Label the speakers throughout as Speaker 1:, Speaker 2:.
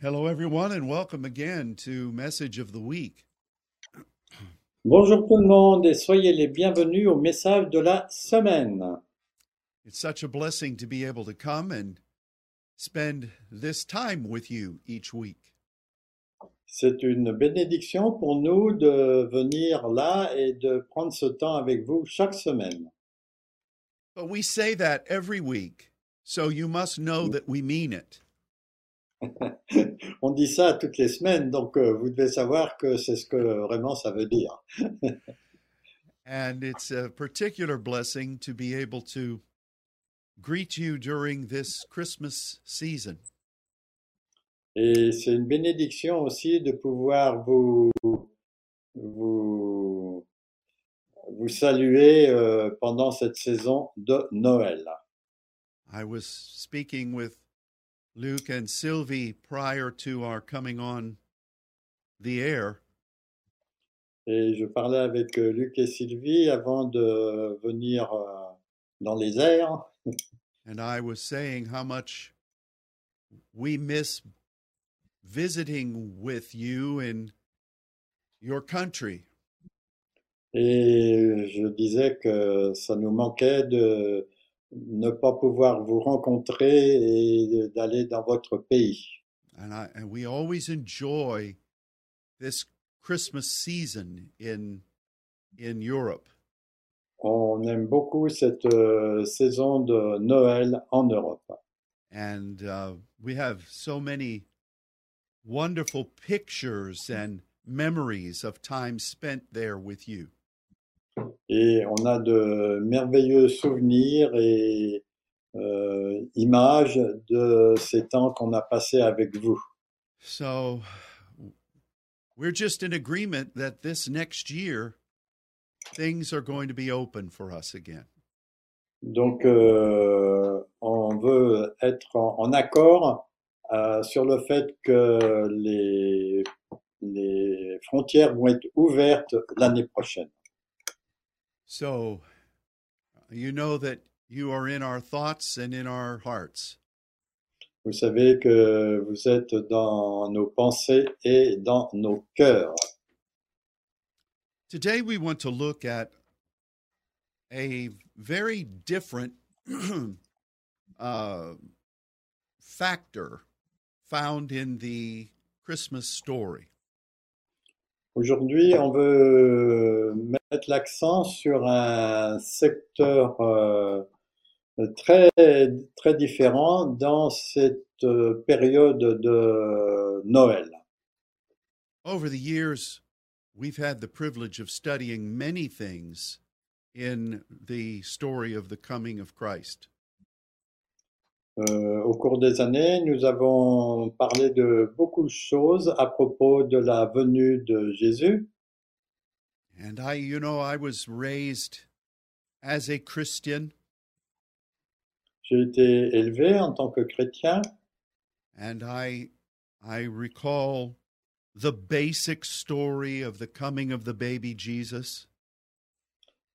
Speaker 1: Hello, everyone, and welcome again to Message of the Week.
Speaker 2: Bonjour tout le monde et soyez les bienvenus au message de la semaine.
Speaker 1: It's such a blessing to be able to come and spend this time with you each week.
Speaker 2: C'est une bénédiction pour nous de venir là et de prendre ce temps avec vous chaque semaine.
Speaker 1: But we say that every week, so you must know that we mean it.
Speaker 2: On dit ça toutes les semaines, donc euh, vous devez savoir que c'est ce que vraiment ça veut dire.
Speaker 1: And it's a particular blessing to be able to greet you during this Christmas season.
Speaker 2: Et c'est une bénédiction aussi de pouvoir vous, vous, vous saluer euh, pendant cette saison de Noël.
Speaker 1: I was speaking with Luke and Sylvie prior to our coming on the air,
Speaker 2: Et je parlais avec euh, Luc et Sylvie avant de venir euh, dans les airs.
Speaker 1: and I was saying how much we miss visiting with you in your country.
Speaker 2: Et je disais que ça nous manquait de ne pas pouvoir vous rencontrer et d'aller dans votre pays.
Speaker 1: And, I, and we always enjoy this Christmas season in, in Europe.
Speaker 2: On aime beaucoup cette euh, saison de Noël en Europe.
Speaker 1: and uh, we have so many wonderful pictures and memories of time spent there with you.
Speaker 2: Et on a de merveilleux souvenirs et euh, images de ces temps qu'on a passés avec vous.
Speaker 1: So we're just in agreement that this next year things are going to be open for us again.
Speaker 2: Donc, euh, on veut être en, en accord euh, sur le fait que les, les frontières vont être ouvertes l'année prochaine.
Speaker 1: So you know that you are in our thoughts and in our hearts.
Speaker 2: Vous savez que vous êtes dans nos pensées et dans nos cœurs.
Speaker 1: Today we want to look at a very different uh, factor found in the Christmas story.
Speaker 2: Aujourd'hui, on veut mettre l'accent sur un secteur euh, très, très différent dans cette euh, période de Noël.
Speaker 1: Over the years, we've had the privilege of studying many things in the story of the coming of Christ.
Speaker 2: Euh, au cours des années, nous avons parlé de beaucoup de choses à propos de la venue de Jésus.
Speaker 1: And I, you know, I was raised as a Christian,
Speaker 2: J'ai été élevé en tant que chrétien
Speaker 1: and I, I recall the basic story of the coming of the baby Jesus.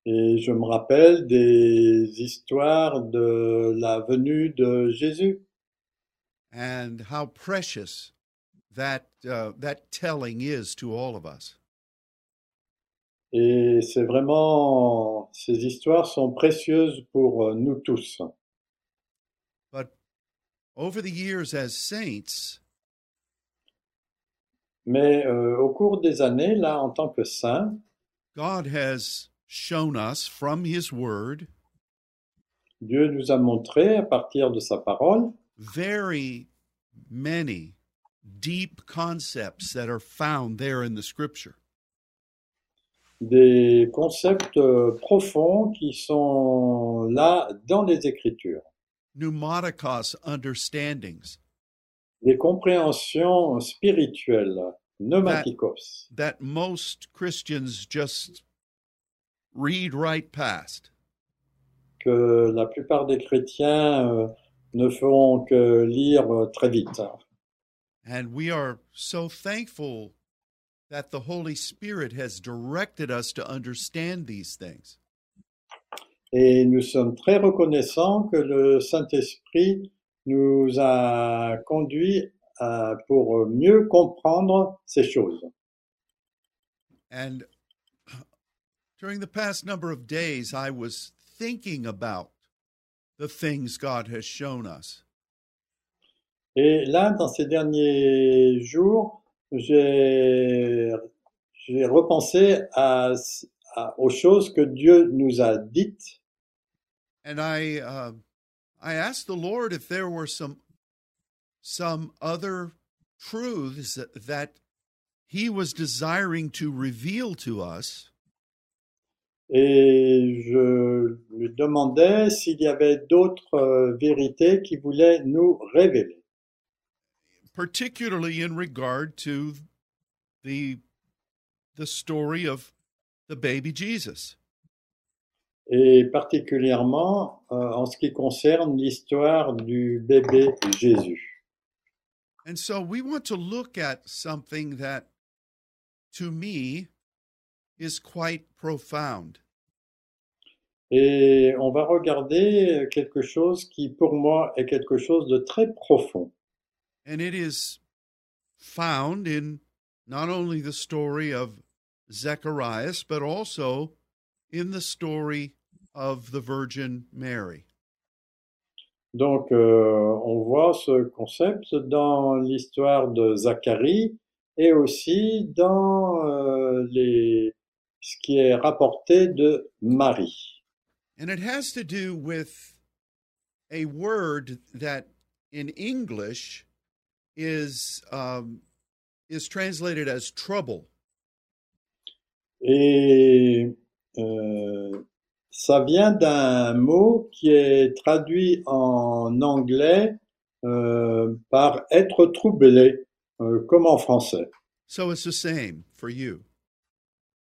Speaker 2: et je me rappelle des histoires de la venue de Jésus.
Speaker 1: and how precious that uh, that telling is to all of us.
Speaker 2: Et c'est vraiment, ces histoires sont précieuses pour euh, nous tous.
Speaker 1: But over the years as saints,
Speaker 2: Mais euh, au cours des années, là, en tant que saint,
Speaker 1: God has shown us from His Word
Speaker 2: Dieu nous a montré à partir de sa parole
Speaker 1: very many deep concepts that are found there in the Scripture.
Speaker 2: des concepts euh, profonds qui sont là dans les Écritures,
Speaker 1: Pneumaticos understandings
Speaker 2: des compréhensions spirituelles, pneumaticos,
Speaker 1: that most Christians just read right past.
Speaker 2: que la plupart des chrétiens euh, ne feront que lire euh, très vite.
Speaker 1: And we are so thankful that the Holy Spirit has directed us to understand these things.
Speaker 2: Et nous sommes très reconnaissants que le Saint-Esprit nous a conduits euh, pour mieux comprendre ces choses.
Speaker 1: And during the past number of days, I was thinking about the things God has shown us.
Speaker 2: Et là, dans ces derniers jours, j'ai j'ai repensé à- à- aux choses que Dieu nous a dites
Speaker 1: And I, uh, I asked the Lord if there were some, some other truths that- that He was desiring to reveal to us
Speaker 2: et je lui demandais s'il y avait d'autres euh, vérités qu'il voulait nous révéler,
Speaker 1: particularly in regard to the the story of the baby Jesus.
Speaker 2: et particulièrement euh, en ce qui concerne l'histoire du bébé Jésus.
Speaker 1: And so we want to look at something that to me is quite profound.
Speaker 2: Et on va regarder quelque chose qui, pour moi, est quelque chose de très profond.
Speaker 1: And it is found in not only the story of Zacharias, but also in the story of the Virgin Mary.
Speaker 2: Donc, euh, on voit ce concept dans l'histoire de Zacharie et aussi dans euh, les, ce qui est rapporté de Marie.
Speaker 1: And it has to do with a word that in English is um, is translated as trouble.
Speaker 2: Et euh, ça vient d'un mot qui est traduit en anglais euh, par être troublé, euh, comme en français.
Speaker 1: So it's the same for you.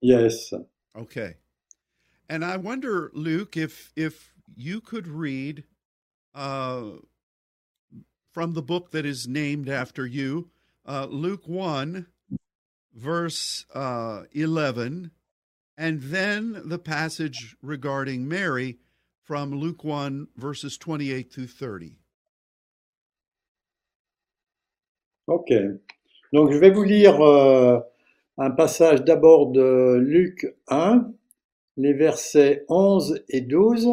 Speaker 2: Yes.
Speaker 1: Okay. And I wonder, Luke, if if you could read uh, from the book that is named after you, uh, Luke one, verse uh, eleven, and then the passage regarding Mary from Luke one verses twenty eight through thirty.
Speaker 2: Ok. Donc je vais vous lire euh, un passage d'abord de Luc 1, les versets 11 et 12,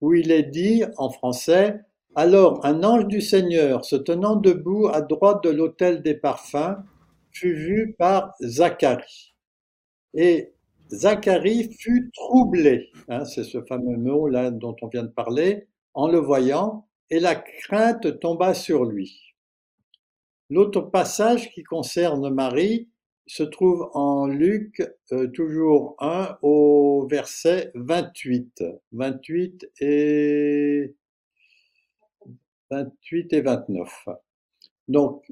Speaker 2: où il est dit en français, Alors un ange du Seigneur se tenant debout à droite de l'autel des parfums fut vu par Zacharie. Et Zacharie fut troublé, hein, c'est ce fameux mot là dont on vient de parler, en le voyant, et la crainte tomba sur lui. L'autre passage qui concerne Marie se trouve en Luc, euh, toujours 1, au verset 28. 28 et, 28 et 29. Donc,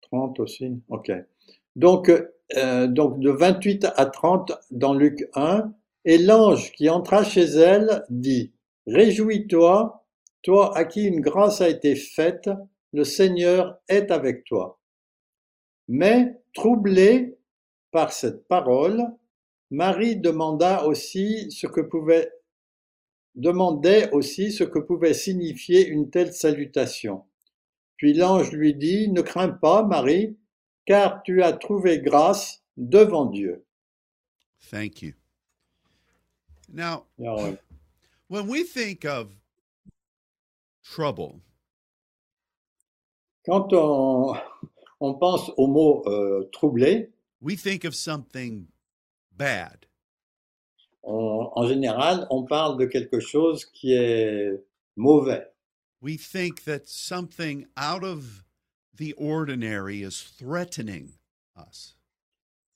Speaker 2: 30 aussi, ok. Donc, euh, donc, de 28 à 30 dans Luc 1, et l'ange qui entra chez elle dit, Réjouis-toi, toi à qui une grâce a été faite, le Seigneur est avec toi. Mais, troublée par cette parole, Marie demanda aussi ce que pouvait demandait aussi ce que pouvait signifier une telle salutation. Puis l'ange lui dit, Ne crains pas, Marie, car tu as trouvé grâce devant Dieu.
Speaker 1: Thank you. Now,
Speaker 2: Alors, euh,
Speaker 1: when we think of trouble,
Speaker 2: Quand on, on pense au mot euh, troublé,
Speaker 1: we think of something bad.
Speaker 2: on- en général, on parle de quelque chose qui est mauvais.
Speaker 1: we think that something out of the ordinary is threatening us.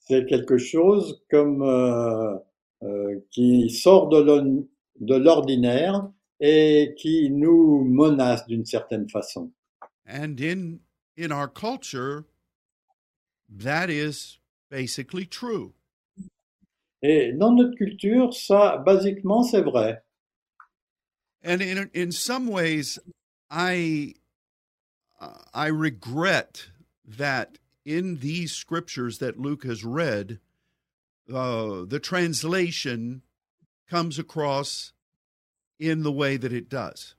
Speaker 2: C'est quelque chose comme euh, euh, qui sort de l'on- de l'ordinaire et qui nous menace d'une certaine façon.
Speaker 1: And in in our culture that is basically true.
Speaker 2: Et dans notre culture, ça, basiquement, c'est vrai.
Speaker 1: And in in some ways I uh, I regret that in these scriptures that Luke has read uh, the translation comes across in the way that it does.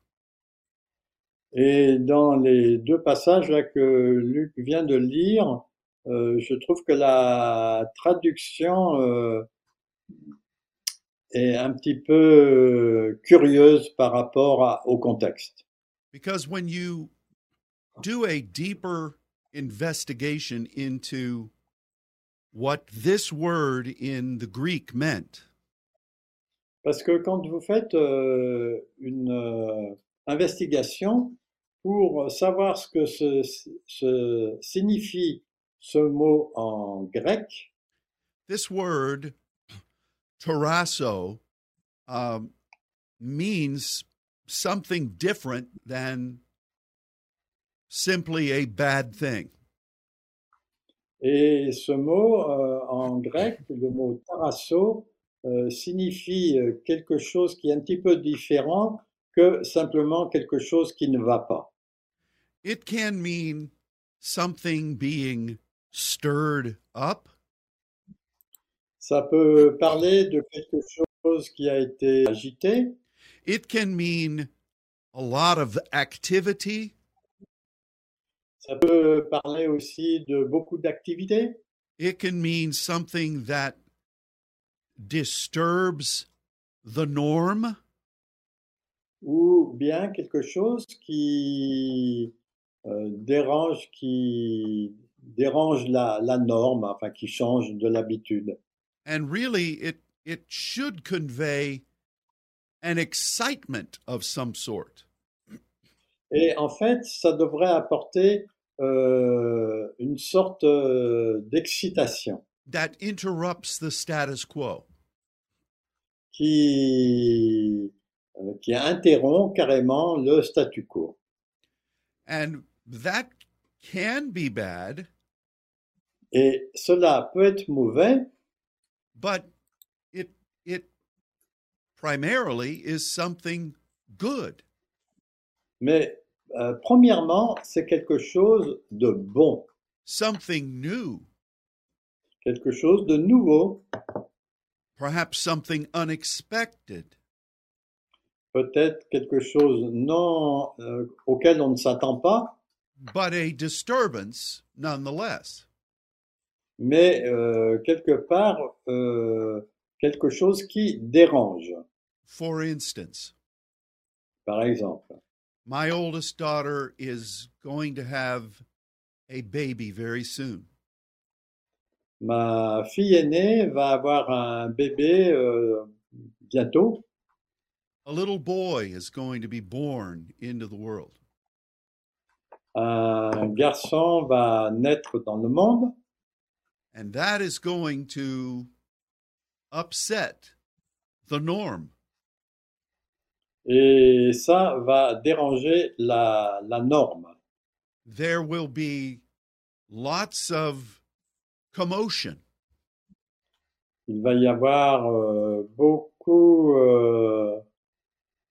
Speaker 2: Et dans les deux passages là, que Luc vient de lire, euh, je trouve que la traduction euh, est un petit peu euh, curieuse par rapport à- au contexte.
Speaker 1: Because when you do a deeper investigation into what this word in the Greek meant,
Speaker 2: Parce que quand vous faites euh, une euh, investigation pour savoir ce que ce- ce signifie ce mot en grec,
Speaker 1: this word, terasso, um, means something different than simply a bad thing.
Speaker 2: Et ce mot euh, en grec, le mot tarasso, euh, signifie euh, quelque chose qui est un petit peu différent que simplement quelque chose qui ne va pas.
Speaker 1: It can mean something being stirred up,
Speaker 2: Ça peut parler de quelque chose qui a été agité,
Speaker 1: it can mean a lot of activity.
Speaker 2: ça peut parler aussi de beaucoup d'activités,
Speaker 1: it can mean something that disturbs the norm.
Speaker 2: ou bien quelque chose qui euh, dérange, qui dérange la, la norme, enfin qui change de l'habitude.
Speaker 1: And really, it, it should convey an excitement of some sort.
Speaker 2: Et en fait, ça devrait apporter euh, une sorte euh, d'excitation
Speaker 1: That interrupts the status quo.
Speaker 2: qui, euh, qui interrompt carrément le statu quo.
Speaker 1: And that can be bad,
Speaker 2: Et cela peut être mauvais,
Speaker 1: but it, it primarily is something good.
Speaker 2: mais euh, premièrement, c'est quelque chose de bon,
Speaker 1: Something new,
Speaker 2: quelque chose de nouveau,
Speaker 1: perhaps something unexpected.
Speaker 2: peut-être quelque chose non, euh, auquel on ne s'attend pas,
Speaker 1: but a disturbance nonetheless.
Speaker 2: mais euh, quelque part, euh, quelque chose qui dérange,
Speaker 1: For instance,
Speaker 2: par exemple.
Speaker 1: my oldest daughter is going to have a baby very soon.
Speaker 2: Ma fille aînée va avoir un bébé euh, bientôt.
Speaker 1: A little boy is going to be born into the world.
Speaker 2: Un garçon va naître dans le monde
Speaker 1: And that is going to upset the norm.
Speaker 2: et ça va déranger la, la norme.
Speaker 1: There will be lots of commotion,
Speaker 2: Il va y avoir euh, beaucoup euh,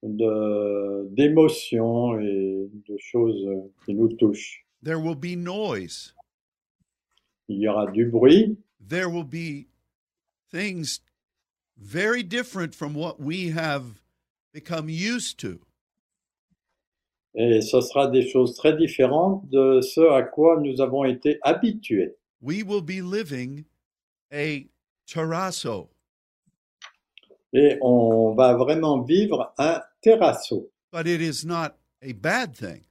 Speaker 2: de- d'émotions et de choses qui nous touchent.
Speaker 1: there will be noise,
Speaker 2: Il y aura du bruit,
Speaker 1: there will be things very different from what we have become used to.
Speaker 2: et ce sera des choses très différentes de ce à quoi nous avons été habitués.
Speaker 1: We will be living a terrazzo,
Speaker 2: Et on va vraiment vivre un terrasso.
Speaker 1: but it is not a bad thing.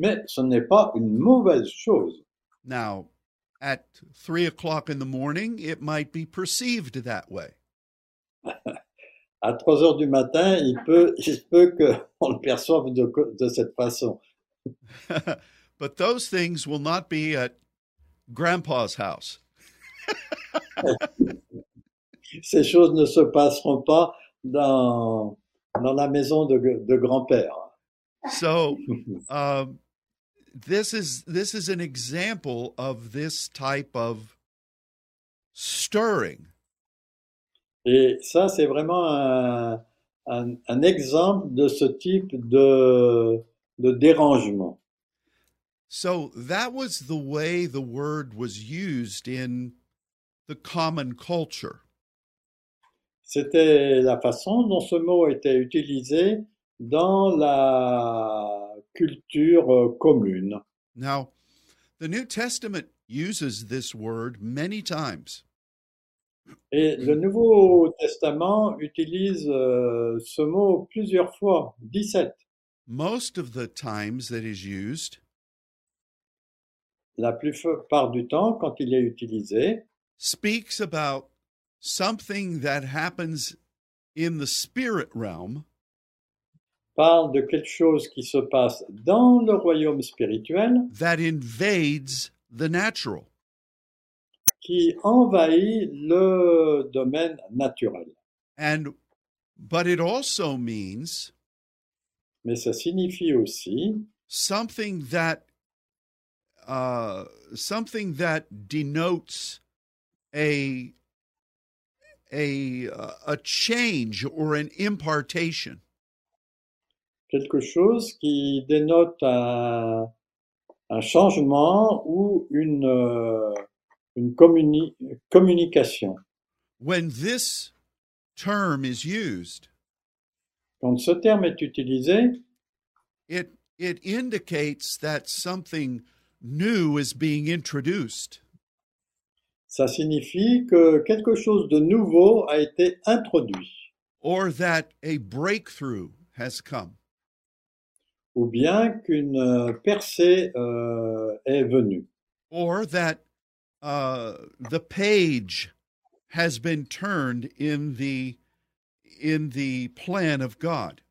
Speaker 2: Mais ce n'est pas une mauvaise chose.
Speaker 1: Now, at three o'clock in the morning, it might be perceived that way.
Speaker 2: À 3 heures du matin, il peut, il se peut qu'on le perçoive de, co- de cette façon.
Speaker 1: but those things will not be at grandpa's house.
Speaker 2: Ces choses ne se passeront pas dans, dans la maison de, de grand-père.
Speaker 1: So, um, this is this is an example of this type of stirring
Speaker 2: Et ça, c'est vraiment un, un- un exemple de ce type de, de dérangement.
Speaker 1: So that was the way the word was used in the common culture.
Speaker 2: C'était la façon dont ce mot était utilisé dans la culture euh, commune.
Speaker 1: Now, the New Testament uses this word many times.
Speaker 2: Et le Nouveau Testament utilise euh, ce mot plusieurs fois, 17.
Speaker 1: Most of the times that is used,
Speaker 2: La plupart du temps, quand il est utilisé,
Speaker 1: speaks about something that happens in the spirit realm
Speaker 2: parle de quelque chose qui se passe dans le royaume spirituel
Speaker 1: that invades the natural.
Speaker 2: qui envahit le domaine naturel.
Speaker 1: And but it also means
Speaker 2: Mais ça signifie aussi
Speaker 1: something that uh, something that denotes a a uh, a change or an impartation.
Speaker 2: quelque chose qui dénote un, un changement ou une, euh, une communi- communication.
Speaker 1: When this term is used,
Speaker 2: Quand ce terme est utilisé,
Speaker 1: it it indicates that something new is being introduced.
Speaker 2: ça signifie que quelque chose de nouveau a été introduit
Speaker 1: or that a breakthrough has come.
Speaker 2: ou bien qu'une euh, percée euh, est venue.
Speaker 1: or that uh, the page has been turned in the in the plan of God.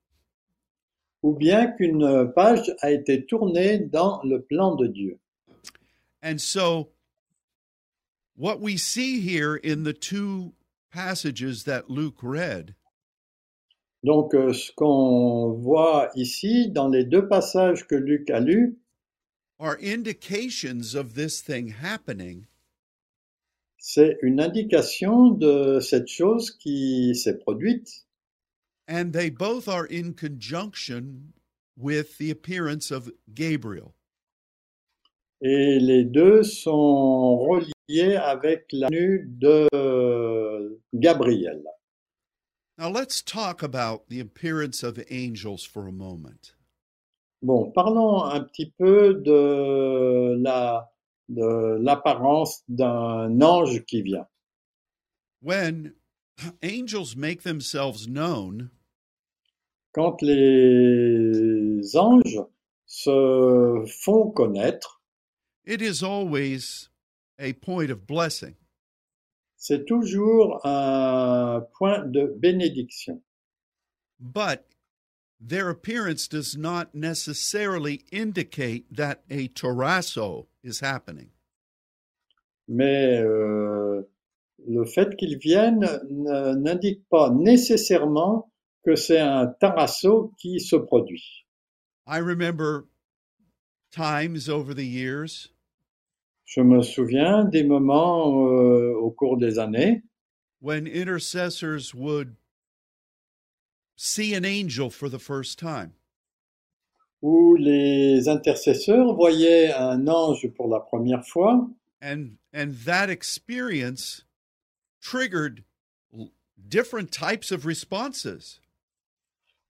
Speaker 2: ou bien qu'une page a été tournée dans le plan de Dieu.
Speaker 1: And so what we see here in the two passages that Luke read
Speaker 2: Donc euh, ce qu'on voit ici dans les deux passages que Luc a lus
Speaker 1: are indications of this thing happening
Speaker 2: C'est une indication de cette chose qui s'est produite
Speaker 1: and they both are in conjunction with the appearance of Gabriel.
Speaker 2: et les deux sont reliés avec la venue de euh, Gabriel.
Speaker 1: Now let's talk about the appearance of angels for a moment.
Speaker 2: Bon, parlons un petit peu de la de l'apparence d'un ange qui vient.
Speaker 1: when angels make themselves known,
Speaker 2: Quand les anges se font connaître,
Speaker 1: it is always a point of blessing.
Speaker 2: c'est toujours un point de bénédiction.
Speaker 1: But their appearance does not necessarily indicate that a terrazzo is happening.
Speaker 2: mais euh, le fait qu'ils viennent ne- n'indique pas nécessairement que c'est un tarasso qui se produit.
Speaker 1: I remember times over the years
Speaker 2: Je me souviens des moments euh, au cours des années
Speaker 1: when intercessors would see an angel for the first time.
Speaker 2: où les intercesseurs voyaient un ange pour la première fois
Speaker 1: and and that experience triggered l- different types of responses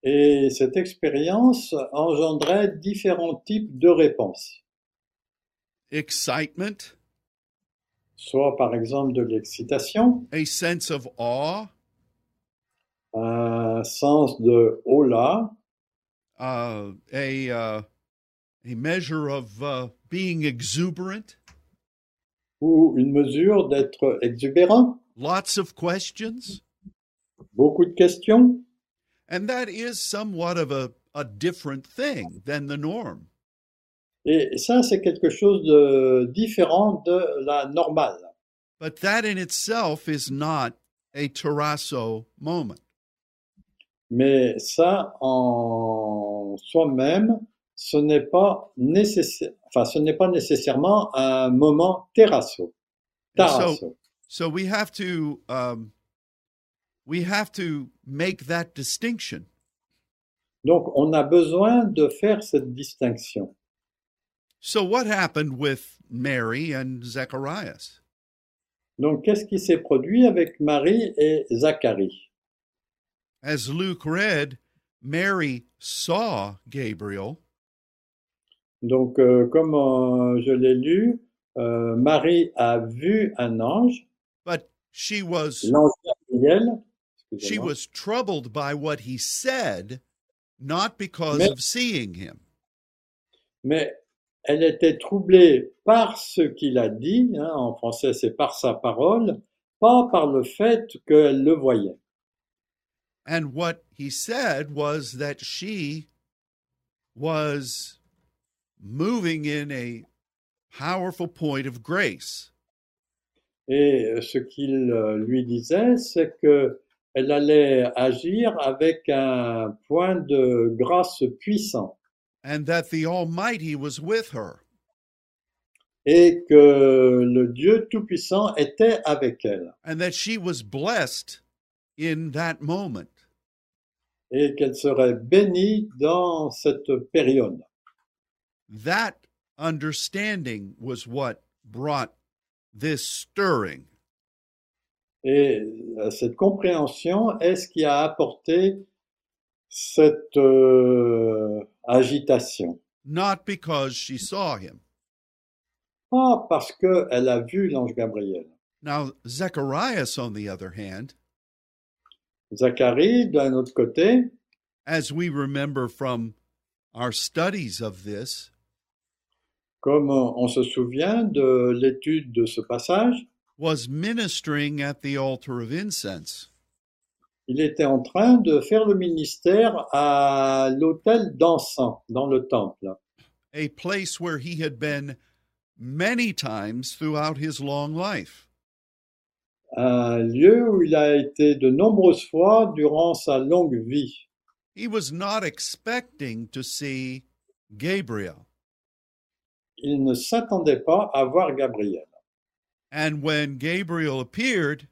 Speaker 2: et cette expérience engendrait différents types de réponses,
Speaker 1: excitement
Speaker 2: soit par exemple de l'excitation,
Speaker 1: a sense of awe
Speaker 2: un sens de oh là,
Speaker 1: uh, a uh, a measure of uh, being exuberant
Speaker 2: ou une mesure d'être exubérant.
Speaker 1: lots of questions
Speaker 2: beaucoup de questions,
Speaker 1: and that is somewhat of a, a different thing than the norm
Speaker 2: et ça, c'est quelque chose de différent de la normale.
Speaker 1: but that in itself is not a terrazzo moment
Speaker 2: Mais ça, en soi-même, ce n'est pas nécessaire, enfin, ce n'est pas nécessairement un moment terrasso.
Speaker 1: And so-
Speaker 2: Tarasso.
Speaker 1: So we have to um, we have to make that distinction.
Speaker 2: Donc, on a besoin de faire cette distinction.
Speaker 1: So what happened with Mary and Zacharias?
Speaker 2: Donc, qu'est-ce qui s'est produit avec Marie et Zacharie?
Speaker 1: As Luke read, Mary saw Gabriel
Speaker 2: Donc, euh, comme euh, je l'ai lu, euh, Marie a vu un ange,
Speaker 1: but she was
Speaker 2: l'ange Gabriel.
Speaker 1: she
Speaker 2: Excusez-moi.
Speaker 1: was troubled by what he said, not because
Speaker 2: Mais-
Speaker 1: of seeing him.
Speaker 2: mais elle était troublée par ce qu'il a dit, hein, en français c'est par sa parole, pas par le fait qu'elle le voyait.
Speaker 1: And what he said was that she was moving in a powerful point of grace.
Speaker 2: Et ce qu'il euh, lui disait, c'est que elle allait agir avec un point de grâce puissant
Speaker 1: and that the Almighty was with her.
Speaker 2: et que le Dieu Tout-Puissant était avec elle
Speaker 1: and that she was blessed in that moment.
Speaker 2: et qu'elle serait bénie dans cette période.
Speaker 1: That understanding was what brought this stirring.
Speaker 2: Et euh, cette compréhension est ce qui a apporté cette euh, agitation.
Speaker 1: Not because she saw him.
Speaker 2: Pas Ah, parce qu'elle a vu l'ange Gabriel.
Speaker 1: Now, Zacharias, on the other hand,
Speaker 2: Zacharie, d'un autre côté,
Speaker 1: as we remember from our studies of this,
Speaker 2: comme on on se souvient de l'étude de ce passage,
Speaker 1: was ministering at the altar of incense.
Speaker 2: il était en train de faire le ministère à l'autel d'encens dans le temple,
Speaker 1: A place where he had been many times throughout his long life.
Speaker 2: un lieu où il a été de nombreuses fois durant sa longue vie.
Speaker 1: He was not expecting to see Gabriel.
Speaker 2: Il ne s'attendait pas à voir Gabriel.
Speaker 1: And when Gabriel appeared,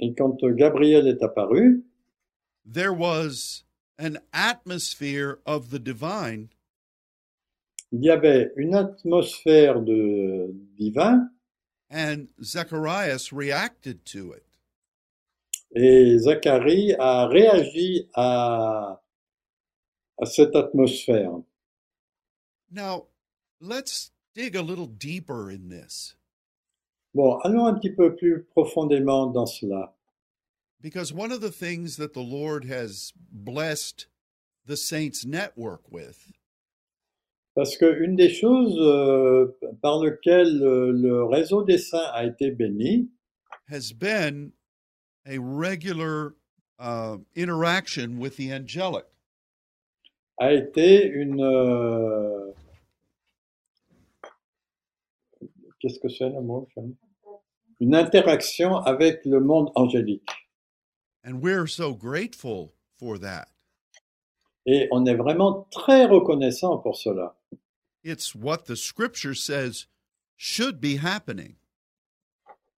Speaker 2: Et quand euh, Gabriel est apparu,
Speaker 1: there was an atmosphere of the divine
Speaker 2: il y avait une atmosphère de divin
Speaker 1: and Zacharias reacted to it.
Speaker 2: et Zacharie a réagi à, à cette atmosphère.
Speaker 1: Now, let's dig a little deeper in this
Speaker 2: Bon, allons un petit peu plus profondément dans cela.
Speaker 1: because one of the things that the Lord has blessed the Saints Network with
Speaker 2: Parce que une des choses euh, par lequel euh, le réseau des saints a été béni,
Speaker 1: has been a regular uh, interaction with the angelic.
Speaker 2: a été une... euh, Qu'est-ce que c'est le mot? Charles Une interaction avec le monde angélique.
Speaker 1: And we're so grateful for that.
Speaker 2: Et on est vraiment très reconnaissant pour cela.
Speaker 1: It's what the scripture says should be happening.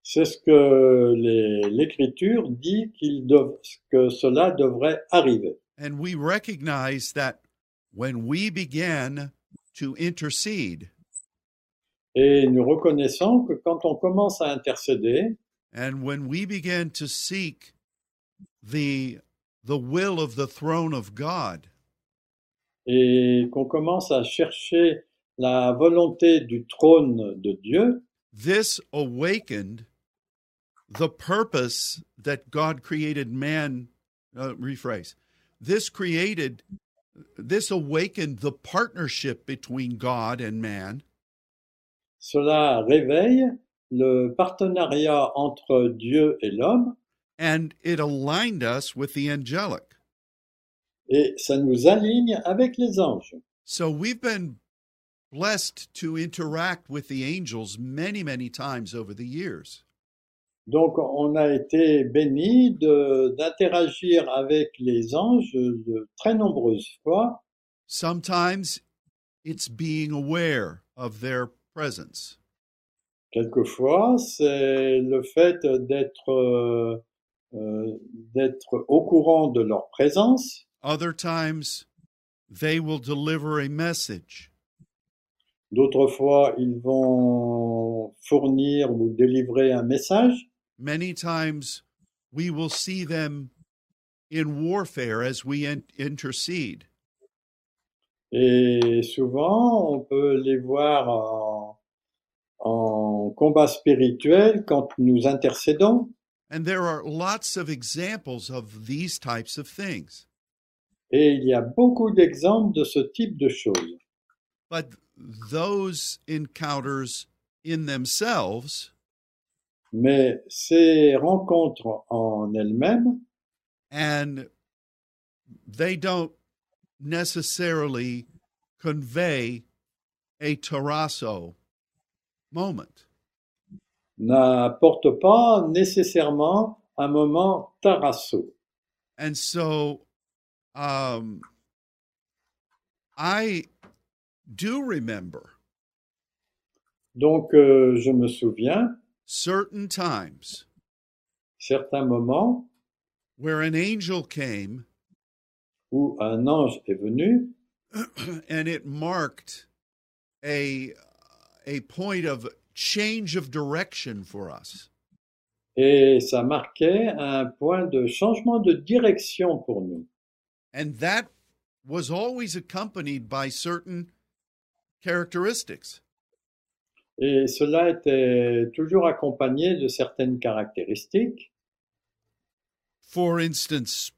Speaker 2: C'est ce que les- l'Écriture dit qu'il dev- que cela devrait arriver.
Speaker 1: And we recognize that when we began to intercede,
Speaker 2: Et nous reconnaissons que quand on commence à intercéder
Speaker 1: and when we began to seek the the will of the throne of God,
Speaker 2: et qu'on commence à chercher la volonté du trône de Dieu,
Speaker 1: this awakened the purpose that God created man uh, rephrase this created this awakened the partnership between God and man
Speaker 2: cela réveille le partenariat entre Dieu et l'homme
Speaker 1: and it aligned us with the angelic
Speaker 2: et ça nous aligne avec les anges.
Speaker 1: so we've been blessed to interact with the angels many many times over the years
Speaker 2: Donc, on a été béni de- d'interagir avec les anges de très nombreuses fois.
Speaker 1: sometimes it's being aware of their presence
Speaker 2: Quelquefois, c'est le fait d'être euh, euh, d'être au courant de leur présence.
Speaker 1: Other times, they will deliver a message.
Speaker 2: D'autres fois, ils vont fournir ou délivrer un message.
Speaker 1: Many times, we will see them in warfare as we in- intercede.
Speaker 2: Et souvent, on peut les voir en, en combat spirituel quand nous intercédons.
Speaker 1: And there are lots of examples of these types of things.
Speaker 2: Et il y a beaucoup d'exemples de ce type de choses.
Speaker 1: But those encounters in themselves
Speaker 2: Mais ces rencontres en elles-mêmes,
Speaker 1: and they don't necessarily convey a terrazzo moment.
Speaker 2: n'apportent pas nécessairement un moment tarasso.
Speaker 1: And so um, I do remember
Speaker 2: Donc, euh, je me souviens,
Speaker 1: certain times
Speaker 2: certains moments
Speaker 1: where an angel came
Speaker 2: où un ange est venu
Speaker 1: and it marked a a point of change of direction for us
Speaker 2: et ça marquait un point de changement de direction pour nous.
Speaker 1: and that was always accompanied by certain characteristics
Speaker 2: Et cela était toujours accompagné de certaines caractéristiques.
Speaker 1: for instance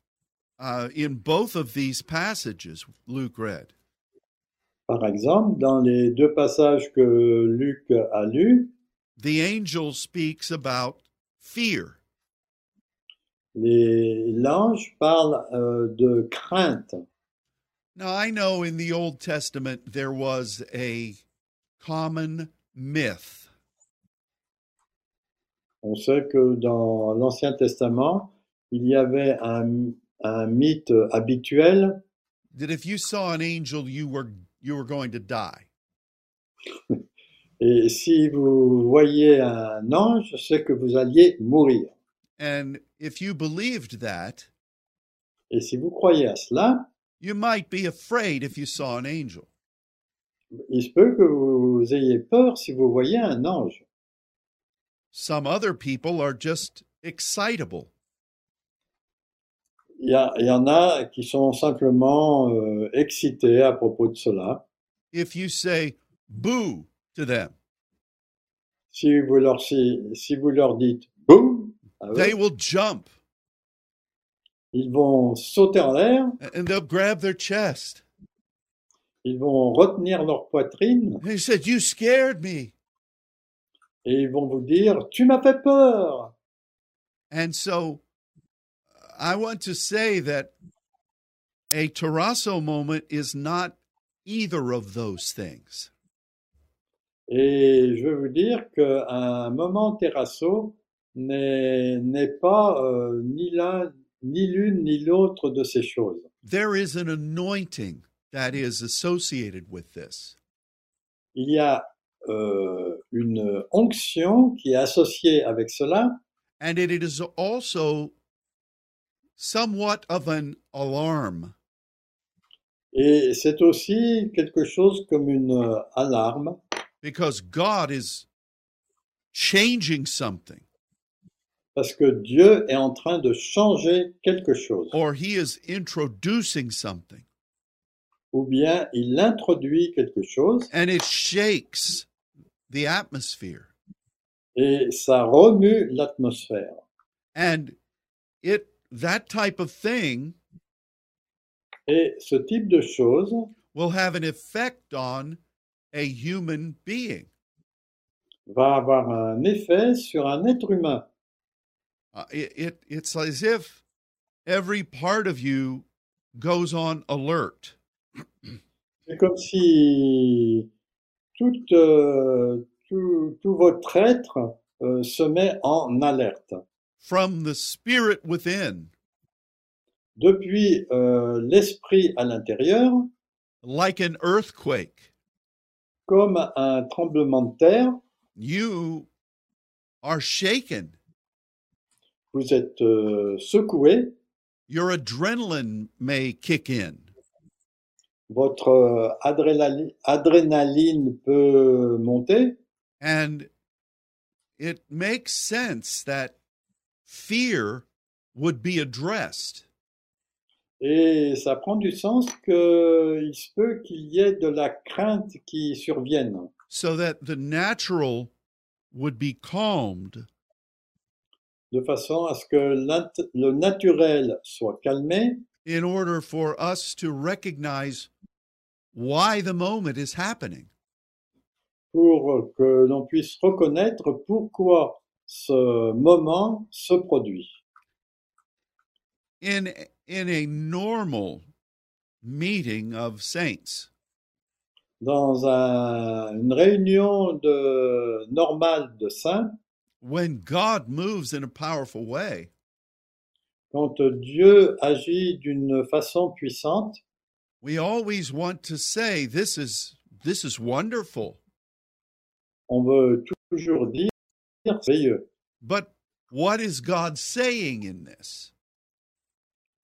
Speaker 1: uh, in both of these passages luke read
Speaker 2: Par exemple, dans les deux passages que Luc a lus,
Speaker 1: the angel speaks about fear
Speaker 2: les- l'ange parle euh, de crainte.
Speaker 1: Now, I know in the Old Testament there was a common myth
Speaker 2: On sait que dans l'Ancien Testament, il y avait un, un mythe habituel
Speaker 1: that if you saw an angel, you were you were going to die.
Speaker 2: et si vous voyez un ange, c'est que vous alliez mourir.
Speaker 1: And if you believed that,
Speaker 2: Et si vous croyez à cela,
Speaker 1: you might be afraid if you saw an angel.
Speaker 2: il se peut que vous ayez peur si vous voyez un ange.
Speaker 1: Some other people are just excitable.
Speaker 2: Il y, a- il y en a qui sont simplement euh, excités à propos de cela.
Speaker 1: If you say boo to them,
Speaker 2: Si vous leur, si, si vous leur dites boum, à eux,
Speaker 1: they will jump
Speaker 2: ils vont sauter en l'air,
Speaker 1: and they'll grab their chest.
Speaker 2: ils vont retenir leur poitrine
Speaker 1: They said, You scared me.
Speaker 2: et ils vont vous dire Tu m'as fait peur.
Speaker 1: And so I want to say that a Tarasso moment is not either of those things.
Speaker 2: Et je veux vous dire qu'un moment terrasso n'est n'est pas euh, ni l'un, ni l'une ni l'autre de ces choses.
Speaker 1: There is an anointing that is associated with this.
Speaker 2: Il y a euh, une onction qui est associée avec cela
Speaker 1: And it it is also somewhat of an alarm
Speaker 2: et c'est aussi quelque chose comme une euh, alarme
Speaker 1: because God is changing something
Speaker 2: parce que Dieu est en train de changer quelque chose
Speaker 1: or he is introducing something
Speaker 2: ou bien il introduit quelque chose
Speaker 1: and it shakes the atmosphere.
Speaker 2: et ça remue l'atmosphère.
Speaker 1: and it that type of thing
Speaker 2: Et ce type de choses
Speaker 1: will have an effect on a human being
Speaker 2: va avoir un effet sur un être humain.
Speaker 1: Uh, it, it it's as if every part of you goes on alert
Speaker 2: C'est comme si tout, euh, tout, tout votre être euh, se met en alerte.
Speaker 1: from the spirit within
Speaker 2: Depuis euh, l'esprit à l'intérieur,
Speaker 1: like an earthquake
Speaker 2: comme un tremblement de terre,
Speaker 1: you are shaken
Speaker 2: vous êtes euh, secoué,
Speaker 1: your adrenaline may kick in
Speaker 2: votre euh, adrénali- adrénaline peut monter
Speaker 1: and it makes sense that fear would be addressed
Speaker 2: Et ça prend du sens qu'il se peut qu'il y ait de la crainte qui survienne,
Speaker 1: so that the natural would be calmed
Speaker 2: de façon à ce que l'int- le naturel soit calmé
Speaker 1: in order for us to recognize why the moment is happening.
Speaker 2: pour que l'on puisse reconnaître pourquoi ce moment se produit.
Speaker 1: In, in a normal meeting of saints,
Speaker 2: Dans un- une réunion de, normale de saints,
Speaker 1: when God moves in a powerful way,
Speaker 2: quand Dieu agit d'une façon puissante,
Speaker 1: we always want to say, This is, this is wonderful.
Speaker 2: on veut toujours dire c'est merveilleux.
Speaker 1: But what is God saying in this?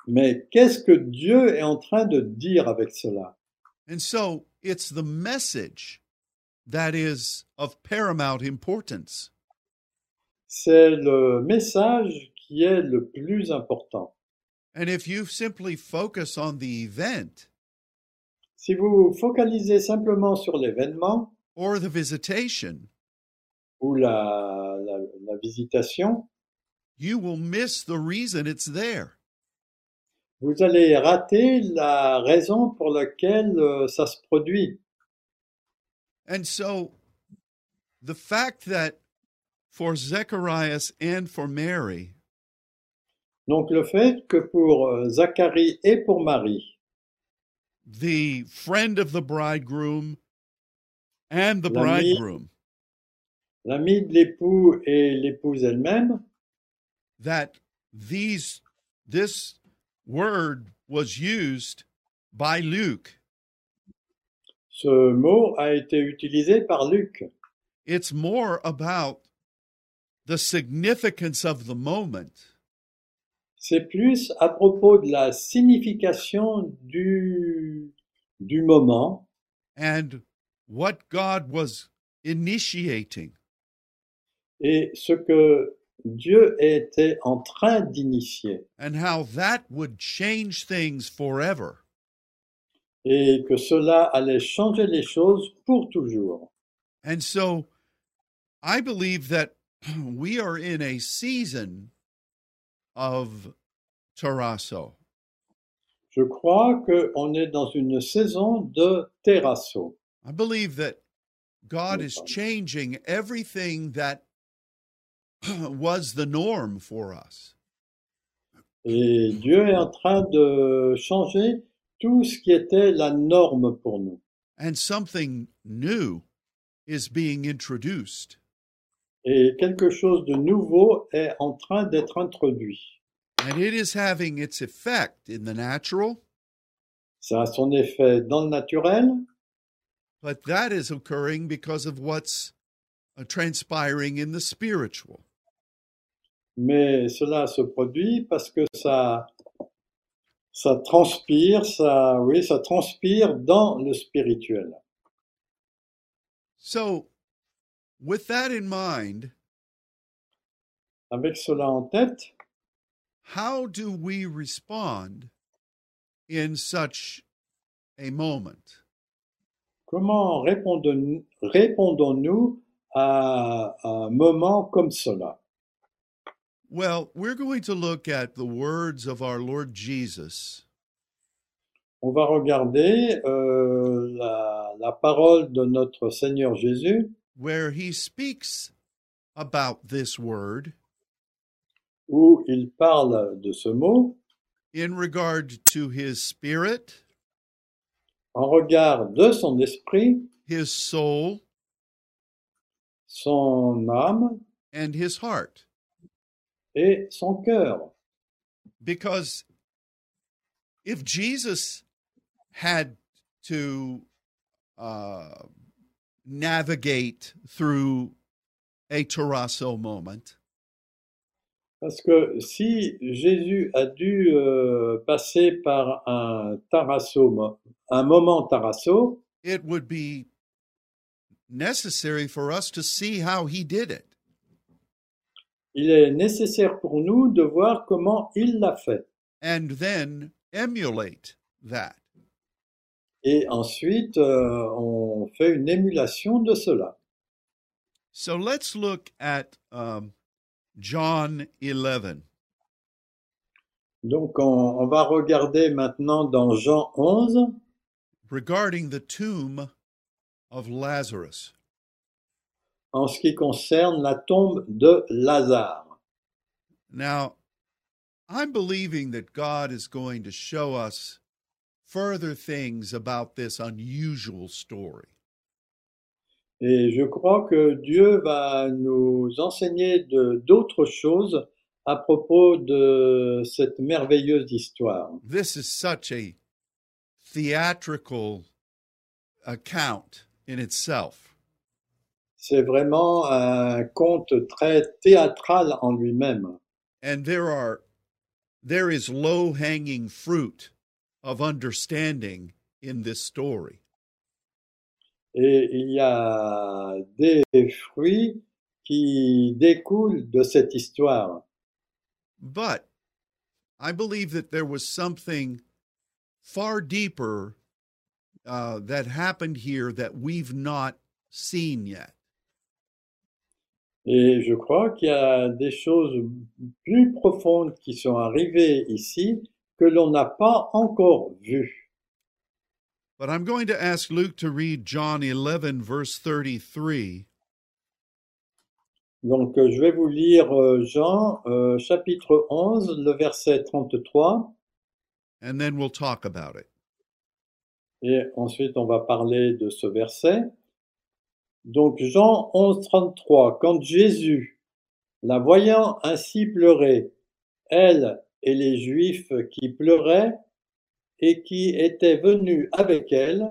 Speaker 2: Mais qu'est-ce que Dieu est en train de dire avec cela
Speaker 1: And so it's the message that is of paramount importance.
Speaker 2: C'est le message qui est le plus important.
Speaker 1: And if you simply focus on the event
Speaker 2: Si vous focalisez simplement sur l'événement
Speaker 1: or the visitation,
Speaker 2: ou la, la- la visitation,
Speaker 1: you will miss the reason it's there.
Speaker 2: vous allez rater la raison pour laquelle euh, ça se produit.
Speaker 1: And so the fact that for Zacharias and for Mary,
Speaker 2: Donc le fait que pour euh, Zacharie et pour Marie,
Speaker 1: the friend of the bridegroom and the
Speaker 2: L'ami.
Speaker 1: bridegroom
Speaker 2: l'ami de l'époux et l'épouse elle-même,
Speaker 1: that these this word was used by Luke
Speaker 2: ce mot a été utilisé par Luc.
Speaker 1: it's more about the significance of the moment
Speaker 2: C'est plus à propos de la signification du, du moment
Speaker 1: and what God was initiating
Speaker 2: et ce que Dieu était en train d'initier
Speaker 1: and how that would change things forever
Speaker 2: et que cela allait changer les choses pour toujours.
Speaker 1: And so I believe that we are in a season of terrazzo.
Speaker 2: Je crois qu'on est dans une saison de terrasso.
Speaker 1: I believe that God is
Speaker 2: Yes.
Speaker 1: changing everything that was the norm for us.
Speaker 2: Et Dieu est en train de changer tout ce qui était la norme pour nous.
Speaker 1: And something new is being introduced.
Speaker 2: Et quelque chose de nouveau est en train d'être introduit.
Speaker 1: And it is having its effect in the natural,
Speaker 2: Ça a son effet dans le naturel,
Speaker 1: but that is occurring because of what's uh, transpiring in the spiritual.
Speaker 2: mais cela se produit parce que ça, ça transpire, ça, oui, ça transpire dans le spirituel.
Speaker 1: So, with that in mind,
Speaker 2: Avec cela en tête,
Speaker 1: how do we respond in such a moment?
Speaker 2: Comment répondons- répondons-nous à un moment comme cela
Speaker 1: Well, we're going to look at the words of our Lord Jesus
Speaker 2: On va regarder euh, la, la parole de notre Seigneur Jésus
Speaker 1: where he speaks about this word
Speaker 2: où il parle de ce mot
Speaker 1: in regard to his spirit,
Speaker 2: en regard de son esprit,
Speaker 1: his soul,
Speaker 2: son âme
Speaker 1: and his heart.
Speaker 2: et son cœur.
Speaker 1: Because if Jesus had to uh, navigate through a terrazzo moment,
Speaker 2: Parce que si Jésus a dû euh, passer par un tarasso, mo- un moment tarasso,
Speaker 1: it would be necessary for us to see how he did it.
Speaker 2: il est nécessaire pour nous de voir comment il l'a fait.
Speaker 1: And then emulate that.
Speaker 2: Et ensuite, euh, on fait une émulation de cela.
Speaker 1: So let's look at um, John 11.
Speaker 2: Donc, on, on va regarder maintenant dans Jean 11
Speaker 1: regarding the tomb of Lazarus.
Speaker 2: en ce qui concerne la tombe de Lazare.
Speaker 1: Now, I'm believing that God is going to show us further things about this unusual story.
Speaker 2: Et je crois que Dieu va nous enseigner de- d'autres choses à propos de cette merveilleuse histoire.
Speaker 1: This is such a theatrical account in itself.
Speaker 2: C'est vraiment un conte très théâtral en lui-même.
Speaker 1: And there are there is low-hanging fruit of understanding in this story.
Speaker 2: Et il y a des fruits qui découlent de cette histoire.
Speaker 1: But I believe that there was something far deeper uh, that happened here that we've not seen yet.
Speaker 2: Et je crois qu'il y a des choses plus profondes qui sont arrivées ici que l'on n'a pas encore vues.
Speaker 1: But I'm going to ask Luke to read John 11, verse 33,
Speaker 2: Donc euh, je vais vous lire euh, Jean euh, chapitre 11, le verset 33,
Speaker 1: and then we'll talk about it.
Speaker 2: et ensuite on va parler de ce verset. Donc Jean 11, 33, quand Jésus, la voyant ainsi pleurer, elle et les Juifs qui pleuraient et qui étaient venus avec elle,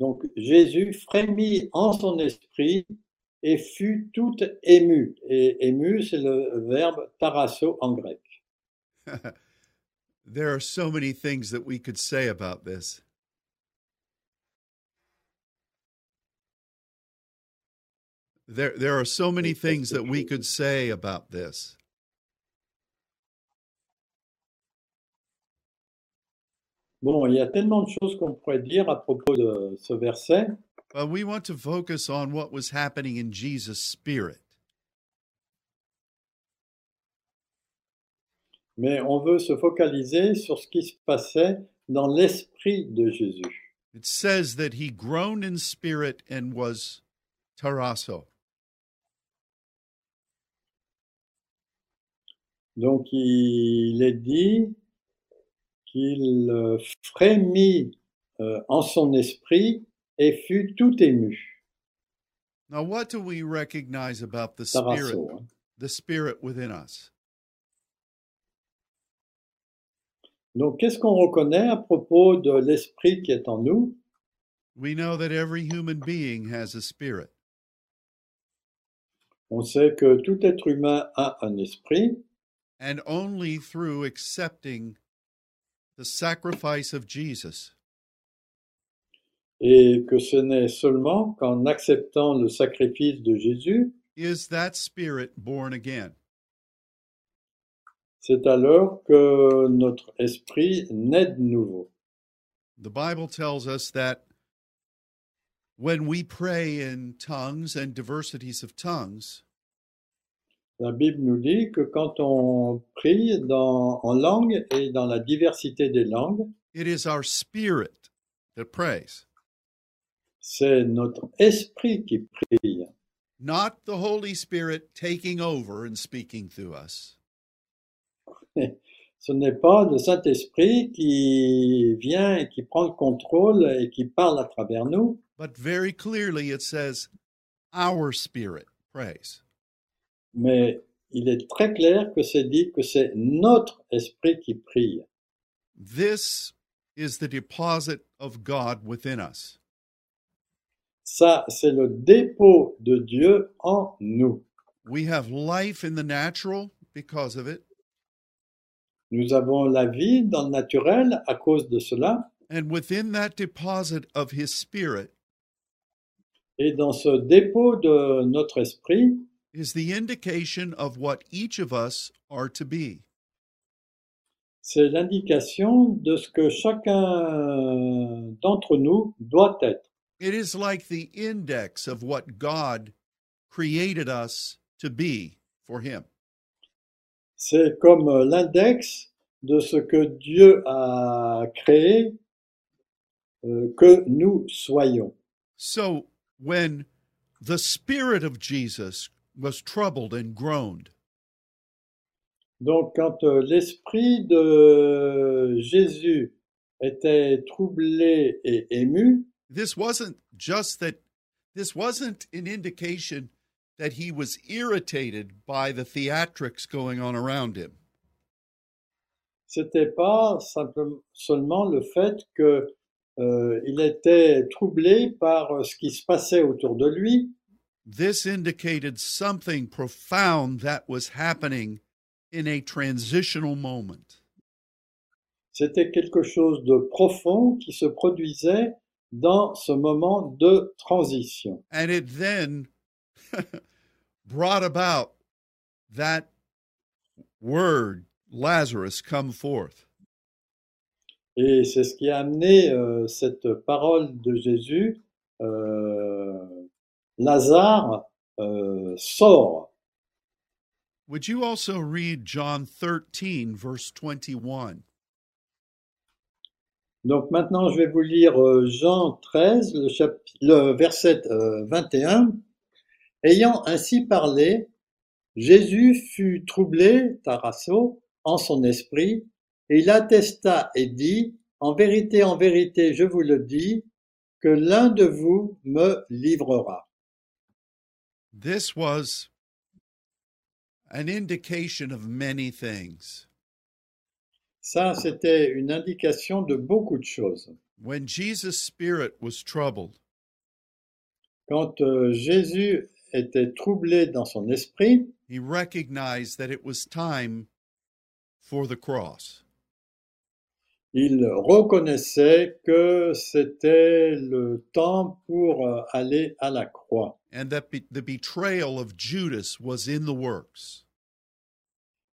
Speaker 2: donc Jésus frémit en son esprit et fut tout ému. Et ému, c'est le verbe tarasso en grec.
Speaker 1: There are so many things that we could say about this. There, there are so many things that we could say about this.
Speaker 2: Bon, il y a tellement de choses qu'on pourrait dire à propos de ce verset,
Speaker 1: But Uh, we want to focus on what was happening in Jesus' spirit.
Speaker 2: mais on veut se focaliser sur ce qui se passait dans l'esprit de Jésus.
Speaker 1: It says that he groaned in spirit and was tarasso.
Speaker 2: Donc il est dit qu'il euh, frémit euh, en son esprit et fut tout ému.
Speaker 1: Now, what do we recognize about the spirit,
Speaker 2: Tarasso, hein.
Speaker 1: the spirit within us?
Speaker 2: Donc qu'est-ce qu'on reconnaît à propos de l'esprit qui est en nous
Speaker 1: We know that every human being has a spirit.
Speaker 2: On sait que tout être humain a un esprit
Speaker 1: and only through accepting the sacrifice of Jesus
Speaker 2: et que ce n'est seulement qu'en acceptant le sacrifice de Jésus
Speaker 1: is that spirit born again.
Speaker 2: C'est alors que notre esprit naît de nouveau.
Speaker 1: The Bible tells us that when we pray in tongues and diversities of tongues,
Speaker 2: La Bible nous dit que quand on prie dans- en langue et dans la diversité des langues,
Speaker 1: it is our spirit that prays,
Speaker 2: c'est notre esprit qui prie,
Speaker 1: not the Holy Spirit taking over and speaking through us.
Speaker 2: ce n'est pas le Saint-Esprit qui vient et qui prend le contrôle et qui parle à travers nous,
Speaker 1: But very clearly it says, our spirit prays.
Speaker 2: mais il est très clair que c'est dit que c'est notre esprit qui prie.
Speaker 1: This is the deposit of God within us.
Speaker 2: Ça, c'est le dépôt de Dieu en nous.
Speaker 1: We have life in the natural because of it,
Speaker 2: Nous avons la vie dans le naturel à cause de cela,
Speaker 1: and within that deposit of His Spirit
Speaker 2: et dans ce dépôt de notre esprit
Speaker 1: is the indication of what each of us are to be.
Speaker 2: c'est l'indication de ce que chacun d'entre nous doit être.
Speaker 1: It is like the index of what God created us to be for Him.
Speaker 2: C'est comme l'index de ce que Dieu a créé euh, que nous soyons.
Speaker 1: So when the Spirit of Jesus was troubled and groaned,
Speaker 2: Donc quand euh, l'esprit de Jésus était troublé et ému,
Speaker 1: this wasn't just that, this wasn't an indication that he was irritated by the theatrics going on around him.
Speaker 2: c'était pas simple- seulement le fait que euh, il était troublé par euh, ce qui se passait autour de lui.
Speaker 1: This indicated something profound that was happening in a transitional moment.
Speaker 2: C'était quelque chose de profond qui se produisait dans ce moment de transition.
Speaker 1: And it then brought about that word, Lazarus, come forth.
Speaker 2: Et c'est ce qui a amené euh, cette parole de Jésus, euh, Lazare euh, sort.
Speaker 1: Would you also read John 13, verse 21?
Speaker 2: Donc maintenant, je vais vous lire euh, Jean 13, le, chapitre, le verset euh, 21. Ayant ainsi parlé, Jésus fut troublé, Tarasso, en son esprit, et il attesta et dit, En vérité, en vérité, je vous le dis, que l'un de vous me livrera.
Speaker 1: This was an indication of many things.
Speaker 2: Ça, c'était une indication de beaucoup de choses.
Speaker 1: When Jesus' spirit was troubled,
Speaker 2: Quand euh, Jésus était troublé dans son esprit,
Speaker 1: he recognized that it was time for the cross.
Speaker 2: il reconnaissait que c'était le temps pour euh, aller à la croix
Speaker 1: and that be- the betrayal of Judas was in the works.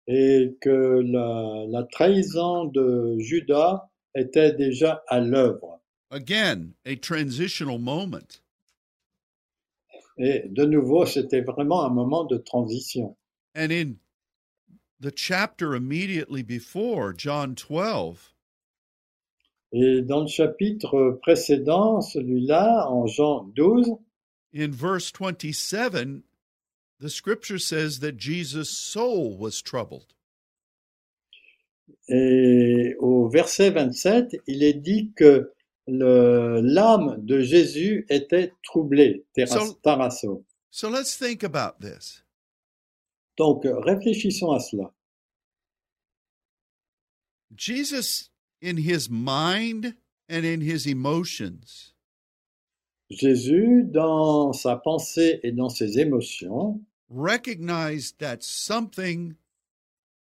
Speaker 2: et que la, la trahison de Judas était déjà à l'œuvre.
Speaker 1: Again, a transitional moment.
Speaker 2: Et de nouveau, c'était vraiment un moment de transition.
Speaker 1: And in the chapter immediately before, John 12,
Speaker 2: Et dans le chapitre précédent, celui-là, en Jean 12,
Speaker 1: in verse 27, the scripture says that Jesus' soul was troubled.
Speaker 2: et au verset 27, il est dit que le- l'âme de Jésus était troublée,
Speaker 1: Sans-
Speaker 2: Tarasso.
Speaker 1: So let's think about this.
Speaker 2: Donc, euh, réfléchissons à cela.
Speaker 1: Jesus, in his mind and in his emotions,
Speaker 2: Jésus, dans sa pensée et dans ses émotions,
Speaker 1: recognized that something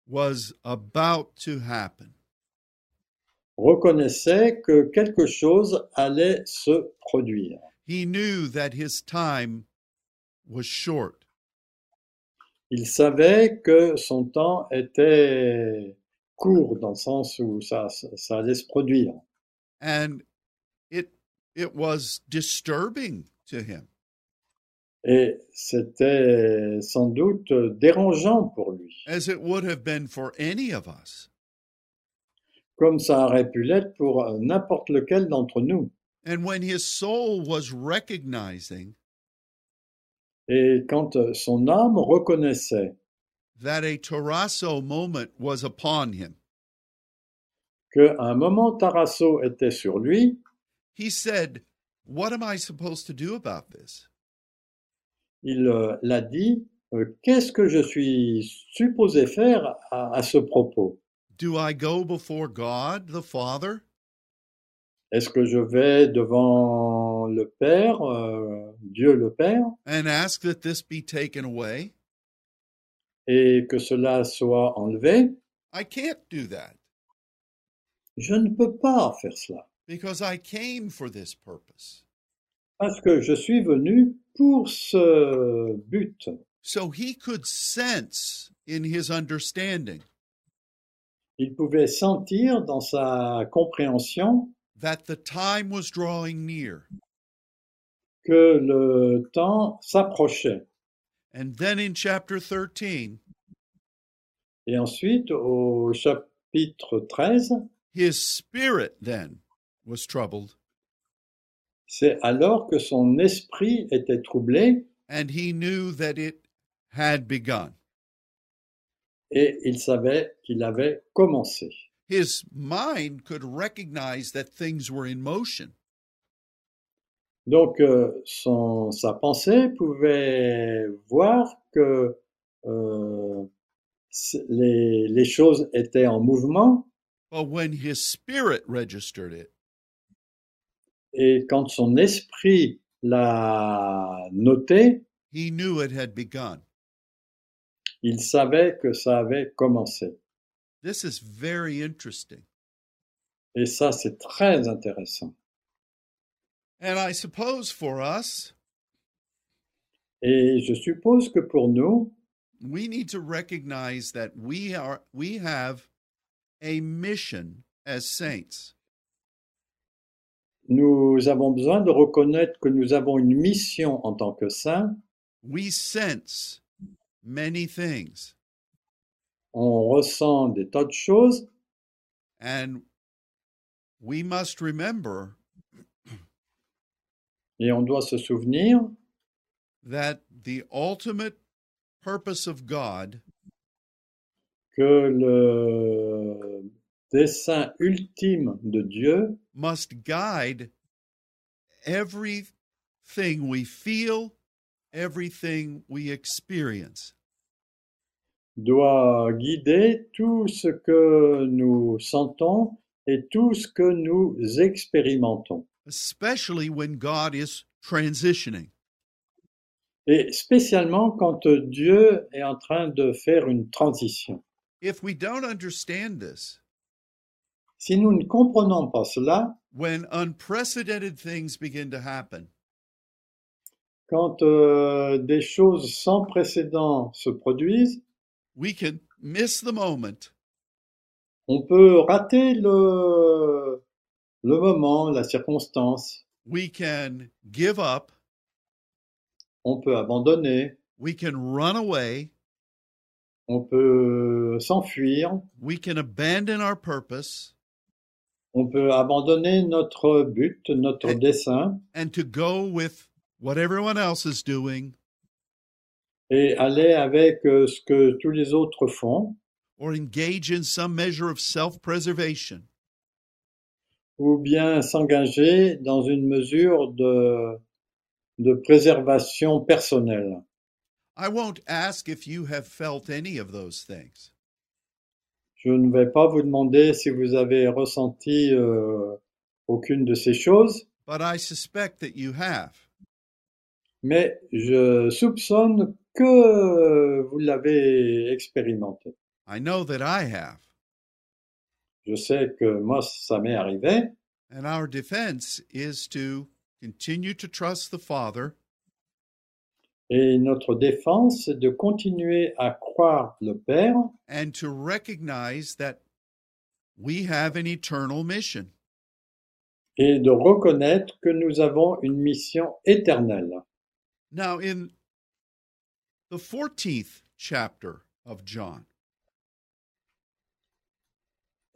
Speaker 1: was about to happen.
Speaker 2: reconnaissait que quelque chose allait se produire.
Speaker 1: He knew that his time was short.
Speaker 2: Il savait que son temps était court dans le sens où ça, ça allait se produire.
Speaker 1: And it it was disturbing to him.
Speaker 2: Et c'était sans doute dérangeant pour lui,
Speaker 1: As it would have been for any of us.
Speaker 2: comme ça aurait pu l'être pour n'importe lequel d'entre nous.
Speaker 1: And when his soul was recognizing
Speaker 2: Et quand son âme reconnaissait
Speaker 1: that a Tarasso moment was upon him,
Speaker 2: qu'un moment Tarasso était sur lui,
Speaker 1: he said, What am I supposed to do about this?
Speaker 2: il euh, l'a dit, euh, qu'est-ce que je suis supposé faire à, à ce propos
Speaker 1: Do I go before God the Father?
Speaker 2: Est-ce que je vais devant le Père, euh, Dieu le Père,
Speaker 1: and ask that this be taken away.
Speaker 2: et que cela soit enlevé
Speaker 1: I can't do that
Speaker 2: Je ne peux pas faire cela,
Speaker 1: because I came for this purpose.
Speaker 2: parce que je suis venu pour ce but.
Speaker 1: So he could sense in his understanding
Speaker 2: il pouvait sentir dans sa compréhension
Speaker 1: that the time was drawing near.
Speaker 2: que le temps s'approchait.
Speaker 1: And then in chapter 13,
Speaker 2: Et ensuite, au chapitre 13,
Speaker 1: his spirit then was troubled,
Speaker 2: c'est alors que son esprit était troublé
Speaker 1: and he knew that it had begun.
Speaker 2: et il savait qu'il avait commencé.
Speaker 1: His mind could recognize that things were in motion,
Speaker 2: Donc, euh, son, sa pensée pouvait voir que euh, c- les, les choses étaient en mouvement
Speaker 1: but when his spirit registered it,
Speaker 2: et quand son esprit l'a noté,
Speaker 1: he knew it had begun.
Speaker 2: il savait que ça avait commencé.
Speaker 1: This is very interesting.
Speaker 2: Et ça, c'est très intéressant.
Speaker 1: And I suppose for us,
Speaker 2: Et je suppose que pour nous,
Speaker 1: we need to recognize that we are we have a mission as saints.
Speaker 2: nous avons besoin de reconnaître que nous avons une mission en tant que saints.
Speaker 1: We sense many things
Speaker 2: On ressent des tas de choses
Speaker 1: and we must remember
Speaker 2: et on doit se souvenir
Speaker 1: that the ultimate purpose of God
Speaker 2: que le dessein ultime de Dieu
Speaker 1: must guide everything we feel, everything we experience.
Speaker 2: doit guider tout ce que nous sentons et tout ce que nous expérimentons.
Speaker 1: especially when God is transitioning.
Speaker 2: Et spécialement quand Dieu est en train de faire une transition.
Speaker 1: If we don't understand this,
Speaker 2: Si nous ne comprenons pas cela,
Speaker 1: when unprecedented things begin to happen,
Speaker 2: quand euh, des choses sans précédent se produisent,
Speaker 1: we can miss the moment
Speaker 2: on peut rater le, le moment, la circonstance,
Speaker 1: we can give up,
Speaker 2: on peut abandonner,
Speaker 1: we can run away,
Speaker 2: on peut s'enfuir,
Speaker 1: we can abandon our purpose,
Speaker 2: on peut abandonner notre but, notre
Speaker 1: Et-
Speaker 2: dessein
Speaker 1: and to go with what everyone else is doing
Speaker 2: et aller avec euh, ce que tous les autres font
Speaker 1: or engage in some measure of self preservation.
Speaker 2: ou bien s'engager dans une mesure de, de préservation personnelle.
Speaker 1: I won't ask if you have felt any of those things,
Speaker 2: Je ne vais pas vous demander si vous avez ressenti euh, aucune de ces choses,
Speaker 1: but I suspect that you have.
Speaker 2: mais je soupçonne que vous l'avez expérimenté.
Speaker 1: I know that I have.
Speaker 2: Je sais que moi, ça m'est arrivé.
Speaker 1: And our defense is to continue to trust the Father
Speaker 2: Et notre défense, c'est de continuer à croire le Père
Speaker 1: and to recognize that we have an eternal mission.
Speaker 2: et de reconnaître que nous avons une mission éternelle.
Speaker 1: Now, in the 14th chapter of John,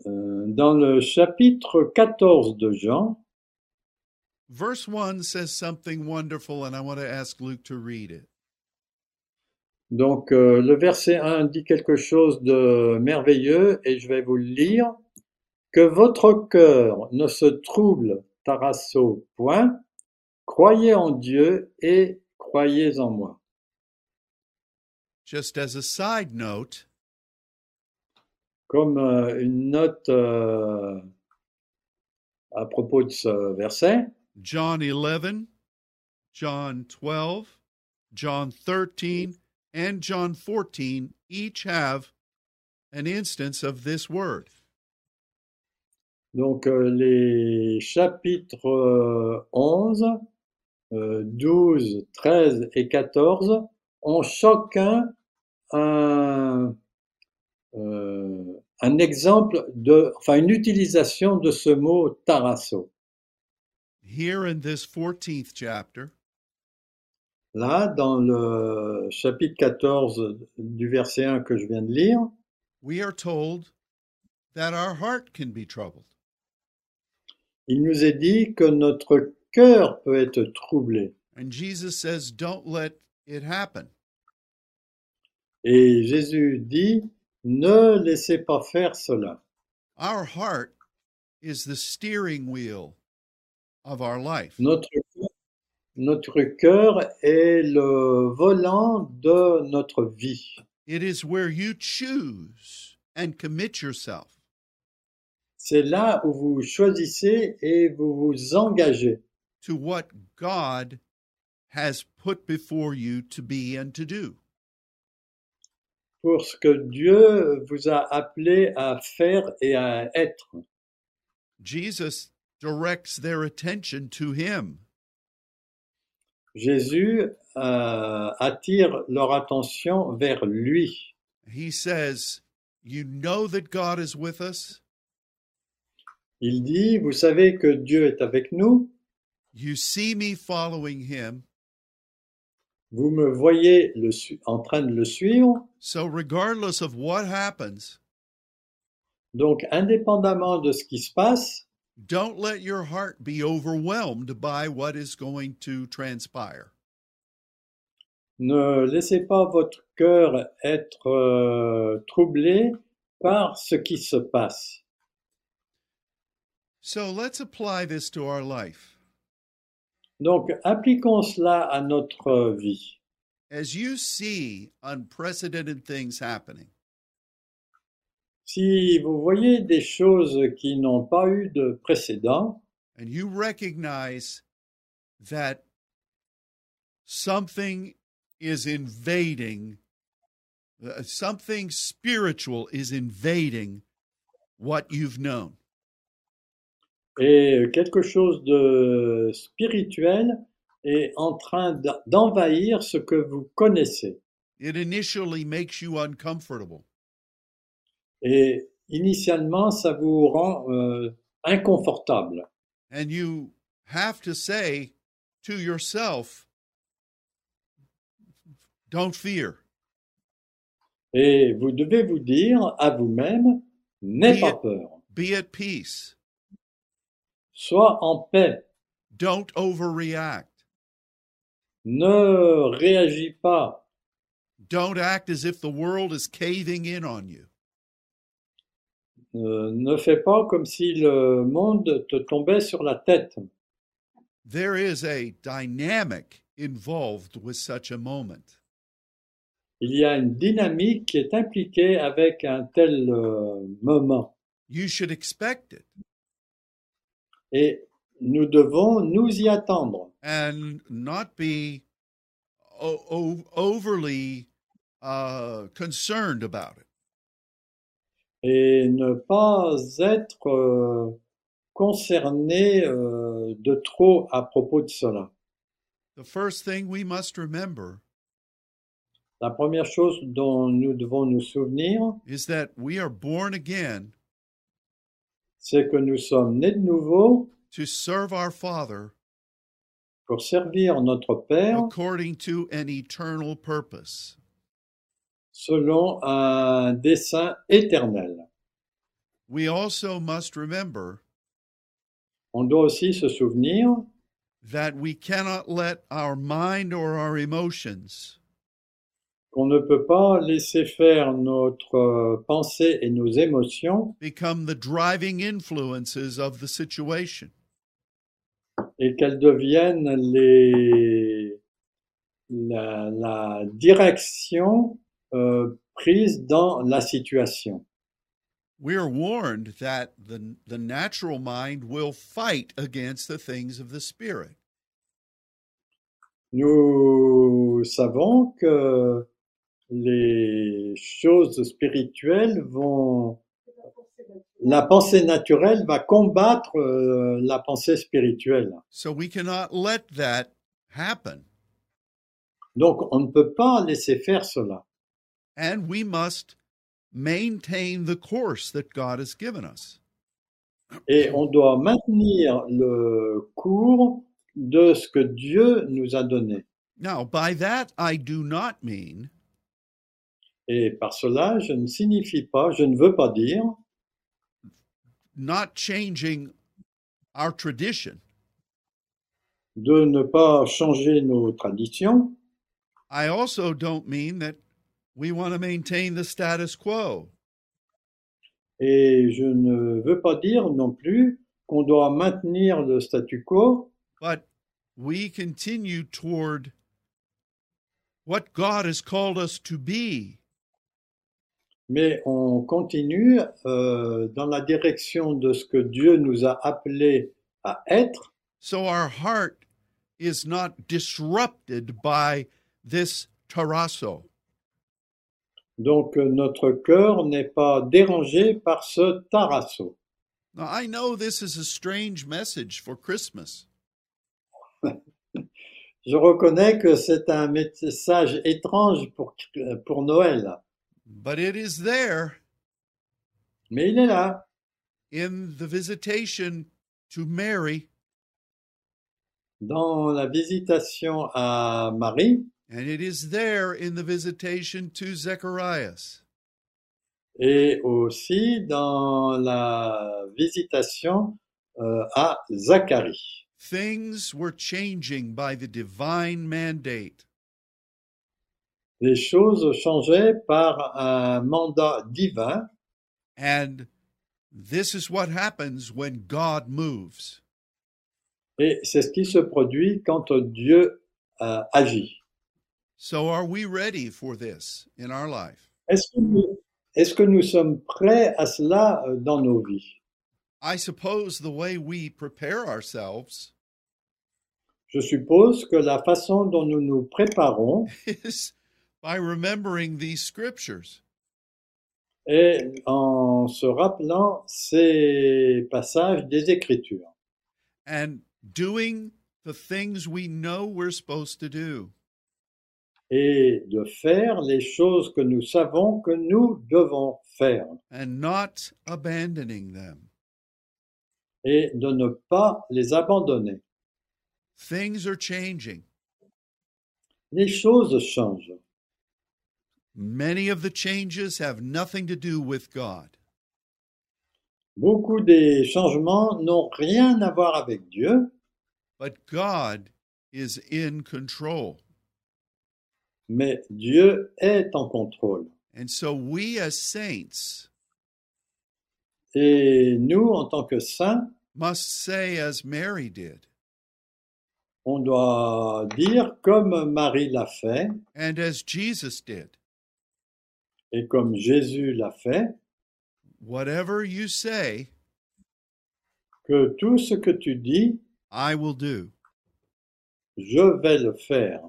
Speaker 2: Euh, Dans le chapitre 14 de Jean,
Speaker 1: verse 1 says something wonderful, and I want to ask Luke to read it.
Speaker 2: donc euh, le verset 1 dit quelque chose de merveilleux et je vais vous le lire. Que votre cœur ne se trouble, Tarasso, point. Croyez en Dieu et croyez en moi.
Speaker 1: Just as a side note,
Speaker 2: Comme euh, une note euh, à propos de ce verset,
Speaker 1: John 11, John 12, John 13, and John 14 each have an instance of this word.
Speaker 2: Donc euh, les chapitres euh, 11, euh, 12, 13 et 14 ont chacun un, euh, un exemple de, enfin une utilisation de ce mot tarasso.
Speaker 1: Here in this 14th chapter,
Speaker 2: Là, dans le chapitre 14 du verset 1 que je viens de lire,
Speaker 1: we are told that our heart can be troubled.
Speaker 2: il nous est dit que notre cœur peut être troublé.
Speaker 1: And Jesus says, don't let it happen.
Speaker 2: Et Jésus dit, ne laissez pas faire cela.
Speaker 1: Our heart is the steering wheel of our life.
Speaker 2: Notre, notre cœur est le volant de notre vie.
Speaker 1: It is where you choose and commit yourself.
Speaker 2: C'est là où vous choisissez et vous vous engagez
Speaker 1: to what God has put before you to be and to do.
Speaker 2: pour ce que Dieu vous a appelé à faire et à être.
Speaker 1: Jesus directs their attention to Him.
Speaker 2: Jésus euh, attire leur attention vers lui.
Speaker 1: He says, You know that God is with us,
Speaker 2: Il dit, vous savez que Dieu est avec nous,
Speaker 1: you see me following Him,
Speaker 2: vous me voyez le su- en train de le suivre,
Speaker 1: so regardless of what happens,
Speaker 2: donc indépendamment de ce qui se passe,
Speaker 1: don't let your heart be overwhelmed by what is going to transpire.
Speaker 2: ne laissez pas votre cœur être euh, troublé par ce qui se passe.
Speaker 1: So let's apply this to our life.
Speaker 2: Donc appliquons cela à notre vie.
Speaker 1: As you see unprecedented things happening,
Speaker 2: Si vous voyez des choses qui n'ont pas eu de précédent,
Speaker 1: and you recognize that something is invading, uh, something spiritual is invading what you've known,
Speaker 2: et quelque chose de spirituel est en train d'en- d'envahir ce que vous connaissez.
Speaker 1: it initially makes you uncomfortable.
Speaker 2: Et initialement, ça vous rend euh, inconfortable.
Speaker 1: And you have to say to yourself, don't fear,
Speaker 2: Et vous devez vous dire à vous-même, n'aie
Speaker 1: Oui.
Speaker 2: pas peur,
Speaker 1: be at peace,
Speaker 2: sois en paix,
Speaker 1: don't overreact,
Speaker 2: ne réagis pas,
Speaker 1: don't act as if the world is caving in on you.
Speaker 2: euh, ne fais pas comme si le monde te tombait sur la tête.
Speaker 1: There is a dynamic involved with such a moment.
Speaker 2: Il y a une dynamique qui est impliquée avec un tel euh, moment.
Speaker 1: You should expect it
Speaker 2: Et nous devons nous y attendre
Speaker 1: and not be o- o- overly uh, concerned about it.
Speaker 2: et ne pas être euh, concerné euh, de trop à propos de cela.
Speaker 1: The first thing we must remember
Speaker 2: La première chose dont nous devons nous souvenir,
Speaker 1: is that we are born again
Speaker 2: c'est que nous sommes nés de nouveau
Speaker 1: to serve our Father
Speaker 2: pour servir notre Père
Speaker 1: according to an eternal purpose.
Speaker 2: selon un dessein éternel.
Speaker 1: We also must remember
Speaker 2: On doit aussi se souvenir
Speaker 1: that we cannot let our mind or our emotions
Speaker 2: qu'on ne peut pas laisser faire notre euh, pensée et nos émotions
Speaker 1: become the driving influences of the situation.
Speaker 2: et qu'elles deviennent les, la, la direction euh, prise dans la situation.
Speaker 1: We are warned that the, the natural mind will fight against the things of the spirit.
Speaker 2: Nous savons que les choses spirituelles vont... La pensée naturelle va combattre euh, la pensée spirituelle.
Speaker 1: So we cannot let that happen.
Speaker 2: Donc on ne peut pas laisser faire cela.
Speaker 1: And we must maintain the course that God has given us.
Speaker 2: Et on doit maintenir le cours de ce que Dieu nous a donné.
Speaker 1: Now, by that, I do not mean
Speaker 2: Et par cela, je ne signifie pas, je ne veux pas dire
Speaker 1: not changing our tradition.
Speaker 2: de ne pas changer nos traditions.
Speaker 1: I also don't mean that we want to maintain the status quo.
Speaker 2: Et je ne veux pas dire non plus qu'on doit maintenir le statu quo,
Speaker 1: but we continue toward what God has called us to be.
Speaker 2: mais on continue euh, dans la direction de ce que Dieu nous a appelés à être.
Speaker 1: So our heart is not disrupted by this tarasso.
Speaker 2: Donc euh, notre cœur n'est pas dérangé par ce tarasso.
Speaker 1: Now, I know this is a strange message for Christmas,
Speaker 2: Je reconnais que c'est un message étrange pour, pour Noël,
Speaker 1: but it is there
Speaker 2: mais il est là
Speaker 1: in the visitation to Mary,
Speaker 2: dans la visitation à Marie
Speaker 1: and it is there in the visitation to Zacharias.
Speaker 2: et aussi dans la visitation euh, à Zacharie.
Speaker 1: Things were changing by the divine mandate.
Speaker 2: Les choses changeaient par un mandat divin
Speaker 1: And this is what happens when God moves.
Speaker 2: et c'est ce qui se produit quand Dieu euh, agit.
Speaker 1: So, are we ready for this in our life?
Speaker 2: Est-ce que, nous- est-ce que nous sommes prêts à cela euh, dans nos vies
Speaker 1: I suppose the way we prepare ourselves
Speaker 2: Je suppose que la façon dont nous nous préparons
Speaker 1: is by remembering these scriptures.
Speaker 2: est en se rappelant ces passages des Écritures.
Speaker 1: and doing the things we know we're supposed to do.
Speaker 2: et de faire les choses que nous savons que nous devons faire
Speaker 1: And not abandoning them.
Speaker 2: et de ne pas les abandonner.
Speaker 1: Things are changing.
Speaker 2: Les choses changent.
Speaker 1: Many of the changes have nothing to do with God.
Speaker 2: Beaucoup des changements n'ont rien à voir avec Dieu,
Speaker 1: But God is in control.
Speaker 2: mais Dieu est en contrôle.
Speaker 1: And so we as saints
Speaker 2: Et nous, en tant que saints,
Speaker 1: must say, as Mary did,
Speaker 2: on doit dire comme Marie l'a fait
Speaker 1: and as Jesus did,
Speaker 2: et comme Jésus l'a fait,
Speaker 1: whatever you say,
Speaker 2: que tout ce que tu dis,
Speaker 1: I will do.
Speaker 2: je vais le faire.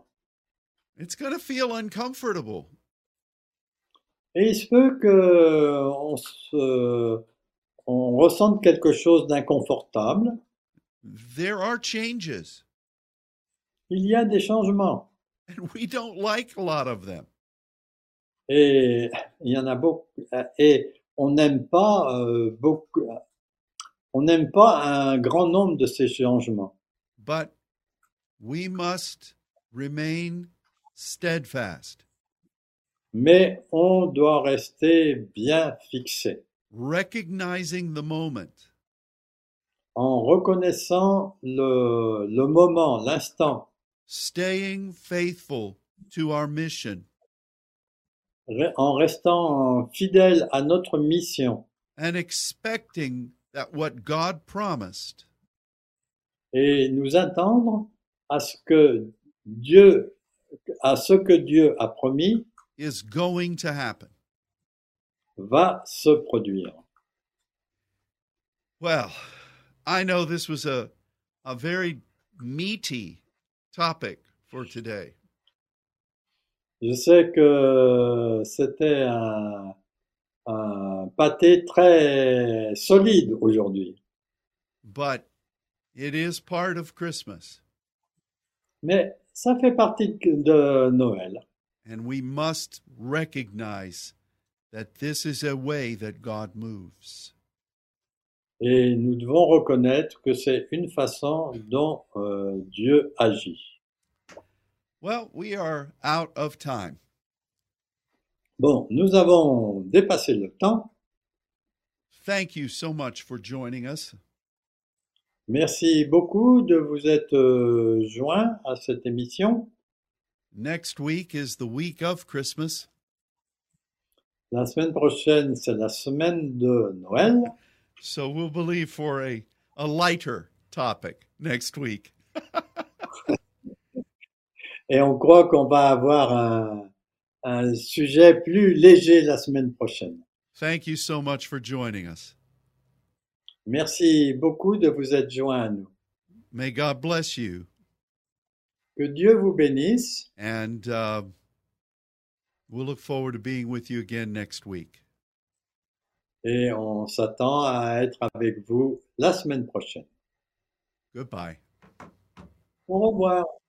Speaker 1: It's going to feel uncomfortable.
Speaker 2: Et il se peut que on se, on ressente quelque chose d'inconfortable.
Speaker 1: There are changes.
Speaker 2: Il y a des changements
Speaker 1: and we don't like a lot of them.
Speaker 2: et il y en a beaucoup. Et on n'aime pas euh, beaucoup. On n'aime pas un grand nombre de ces changements,
Speaker 1: But we must remain steadfast,
Speaker 2: mais on doit rester bien fixé
Speaker 1: recognizing the moment
Speaker 2: en reconnaissant le, le moment, l'instant,
Speaker 1: staying faithful to our mission
Speaker 2: re- en restant fidèle à notre mission.
Speaker 1: and expecting that what God promised
Speaker 2: et nous attendre à ce que Dieu, à ce que Dieu a promis,
Speaker 1: is going to happen.
Speaker 2: va se produire.
Speaker 1: Well, I know this was a, a very meaty topic for today,
Speaker 2: Je sais que c'était un, un pâté très solide aujourd'hui,
Speaker 1: but it is part of Christmas,
Speaker 2: mais ça fait partie de de Noël
Speaker 1: and we must recognize that this is a way that God moves.
Speaker 2: Et nous devons reconnaître que c'est une façon dont euh, Dieu agit.
Speaker 1: Well, we are out of time.
Speaker 2: Bon, nous avons dépassé le temps.
Speaker 1: Thank you so much for joining us.
Speaker 2: Merci beaucoup de vous être euh, joints à cette émission.
Speaker 1: Next week is the week of Christmas,
Speaker 2: La semaine prochaine, c'est la semaine de Noël.
Speaker 1: so we'll believe for a, a lighter topic next week.
Speaker 2: Et on croit qu'on va avoir un, un sujet plus léger la semaine prochaine.
Speaker 1: Thank you so much for joining us.
Speaker 2: Merci beaucoup de vous être joints à nous.
Speaker 1: May God bless you.
Speaker 2: Que Dieu vous bénisse
Speaker 1: And uh, we'll look forward to being with you again next week.
Speaker 2: et on s'attend à être avec vous la semaine prochaine.
Speaker 1: Goodbye.
Speaker 2: Au revoir.